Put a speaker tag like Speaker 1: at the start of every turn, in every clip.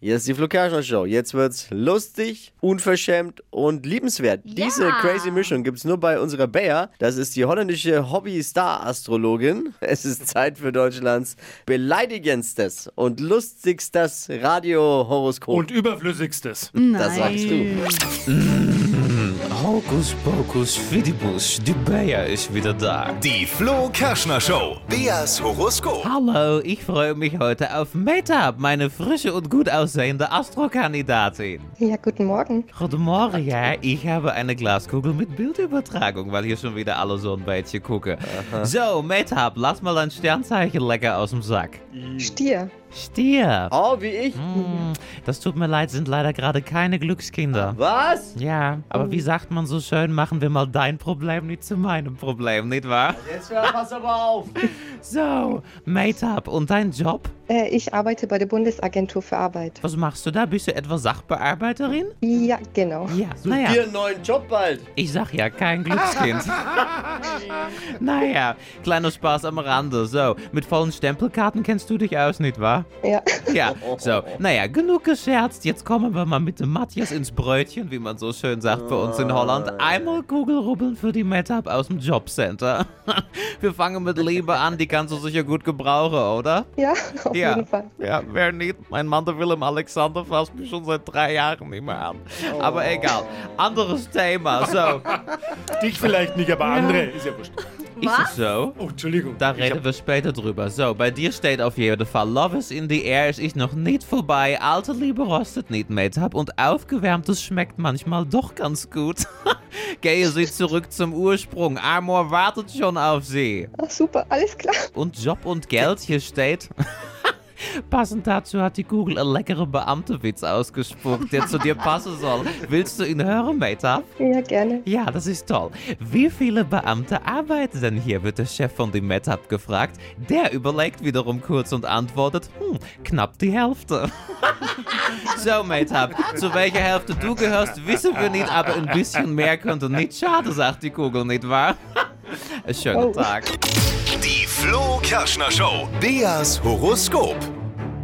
Speaker 1: Hier ist die Flo Kerschner Show. Jetzt wird's lustig, unverschämt und liebenswert.
Speaker 2: Ja.
Speaker 1: Diese crazy Mischung gibt's nur bei unserer Bea. Das ist die holländische Hobby-Star-Astrologin. Es ist Zeit für Deutschlands beleidigendstes und lustigstes Radio-Horoskop.
Speaker 3: Und überflüssigstes.
Speaker 1: das sagst du.
Speaker 4: Hocus pocus fidibus, die Bayer ist wieder da.
Speaker 5: Die Flo Kerschner Show. Beas Horoskop.
Speaker 4: Hallo, ich freue mich heute auf Meta, meine frische und gut aussehende Astrokandidatin.
Speaker 6: Ja, guten Morgen.
Speaker 4: Guten Morgen, ja, ich habe eine Glaskugel mit Bildübertragung, weil hier schon wieder alle so ein bisschen gucken. So, Meta, lass mal dein Sternzeichen lecker aus dem Sack.
Speaker 6: Stier.
Speaker 4: Stier.
Speaker 1: Oh, wie ich?
Speaker 4: Hm, das tut mir leid, sind leider gerade keine Glückskinder.
Speaker 1: Was?
Speaker 4: Ja, aber wie sagt man so schön, machen wir mal dein Problem nicht zu meinem Problem, nicht wahr?
Speaker 1: Jetzt hör, pass aber auf.
Speaker 4: So, Mate-up, und dein Job?
Speaker 6: Äh, ich arbeite bei der Bundesagentur für Arbeit.
Speaker 4: Was machst du da? Bist du etwa Sachbearbeiterin?
Speaker 6: Ja, genau.
Speaker 4: Ah, Ja,
Speaker 1: Such dir
Speaker 4: naja,
Speaker 1: einen neuen Job bald.
Speaker 4: ich sag ja, kein Glückskind. naja, kleiner Spaß am Rande. So, mit vollen Stempelkarten kennst du dich aus, nicht wahr?
Speaker 6: Ja.
Speaker 4: Ja, so, naja, genug gescherzt. Jetzt kommen wir mal mit dem Matthias ins Brötchen, wie man so schön sagt bei uns in Holland. Einmal Kugelrubbeln für die Metap aus dem Jobcenter. wir fangen mit Liebe an, die kannst du sicher gut gebrauchen, oder?
Speaker 6: Ja, auf
Speaker 4: Ja.
Speaker 6: jeden Fall.
Speaker 4: Ja, wer nicht? Mein Mann, der Willem Alexander, fasst mich schon seit drei Jahren nicht mehr an. Aber egal. Anderes Thema. So,
Speaker 3: Dich vielleicht nicht, aber andere. Ist ja wurscht.
Speaker 4: ist es so?
Speaker 3: Oh, Entschuldigung.
Speaker 4: Da
Speaker 3: Ich
Speaker 4: reden wir später drüber. So, bei dir steht auf jeden Fall Love is in the air. Es ist noch nicht vorbei. Alte Liebe rostet nicht, Mate-Up. Und aufgewärmtes schmeckt manchmal doch ganz gut. Gehe sie zurück zum Ursprung. Amor wartet schon auf sie.
Speaker 6: Ach, super, alles klar.
Speaker 4: und Job und Geld hier steht. Passend dazu hat die Google einen leckeren Beamtenwitz ausgespuckt, der zu dir passen soll. Willst du ihn hören, Meta?
Speaker 6: Ja, gerne.
Speaker 4: Ja, das ist toll. Wie viele Beamte arbeiten denn hier, wird der Chef von dem MedHub gefragt. Der überlegt wiederum kurz und antwortet, hm, knapp die Hälfte. so, MedHub, zu welcher Hälfte du gehörst, wissen wir nicht, aber ein bisschen mehr könnte nicht schaden, sagt die Google, nicht wahr? Schönen
Speaker 6: Oh.
Speaker 4: Tag.
Speaker 5: Die Flo Kerschner Show. Beas Horoskop.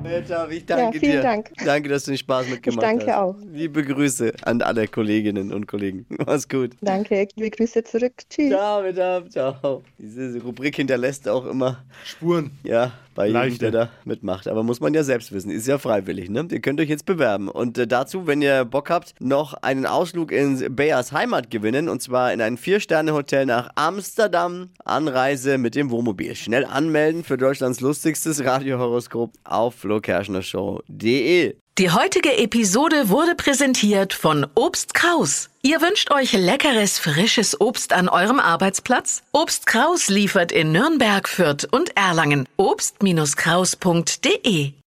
Speaker 1: Alter, ich danke
Speaker 6: Ja, vielen
Speaker 1: dir.
Speaker 6: Dank.
Speaker 1: Danke, dass du den Spaß mitgemacht hast.
Speaker 6: danke auch.
Speaker 1: Liebe Grüße an alle Kolleginnen und Kollegen. Mach's gut.
Speaker 6: Danke, liebe Grüße zurück. Tschüss.
Speaker 1: Ciao, mit ab, ciao. Diese Rubrik hinterlässt auch immer,
Speaker 3: hab Spuren.
Speaker 1: ja, bei jedem, der
Speaker 3: Leichte.
Speaker 1: da mitmacht. Aber muss man ja selbst wissen. Ist ja freiwillig, ne? Ihr könnt euch jetzt bewerben. Und äh, dazu, wenn ihr Bock habt, noch einen Ausflug in Bayers Heimat gewinnen. Und zwar in ein Vier-Sterne-Hotel nach Amsterdam. Anreise mit dem Wohnmobil. Schnell anmelden für Deutschlands lustigstes Radiohoroskop auf flokerschnershow.de.
Speaker 7: Die heutige Episode wurde präsentiert von Obst Kraus. Ihr wünscht euch leckeres, frisches Obst an eurem Arbeitsplatz? Obst Kraus liefert in Nürnberg, Fürth und Erlangen. Obst-Kraus.de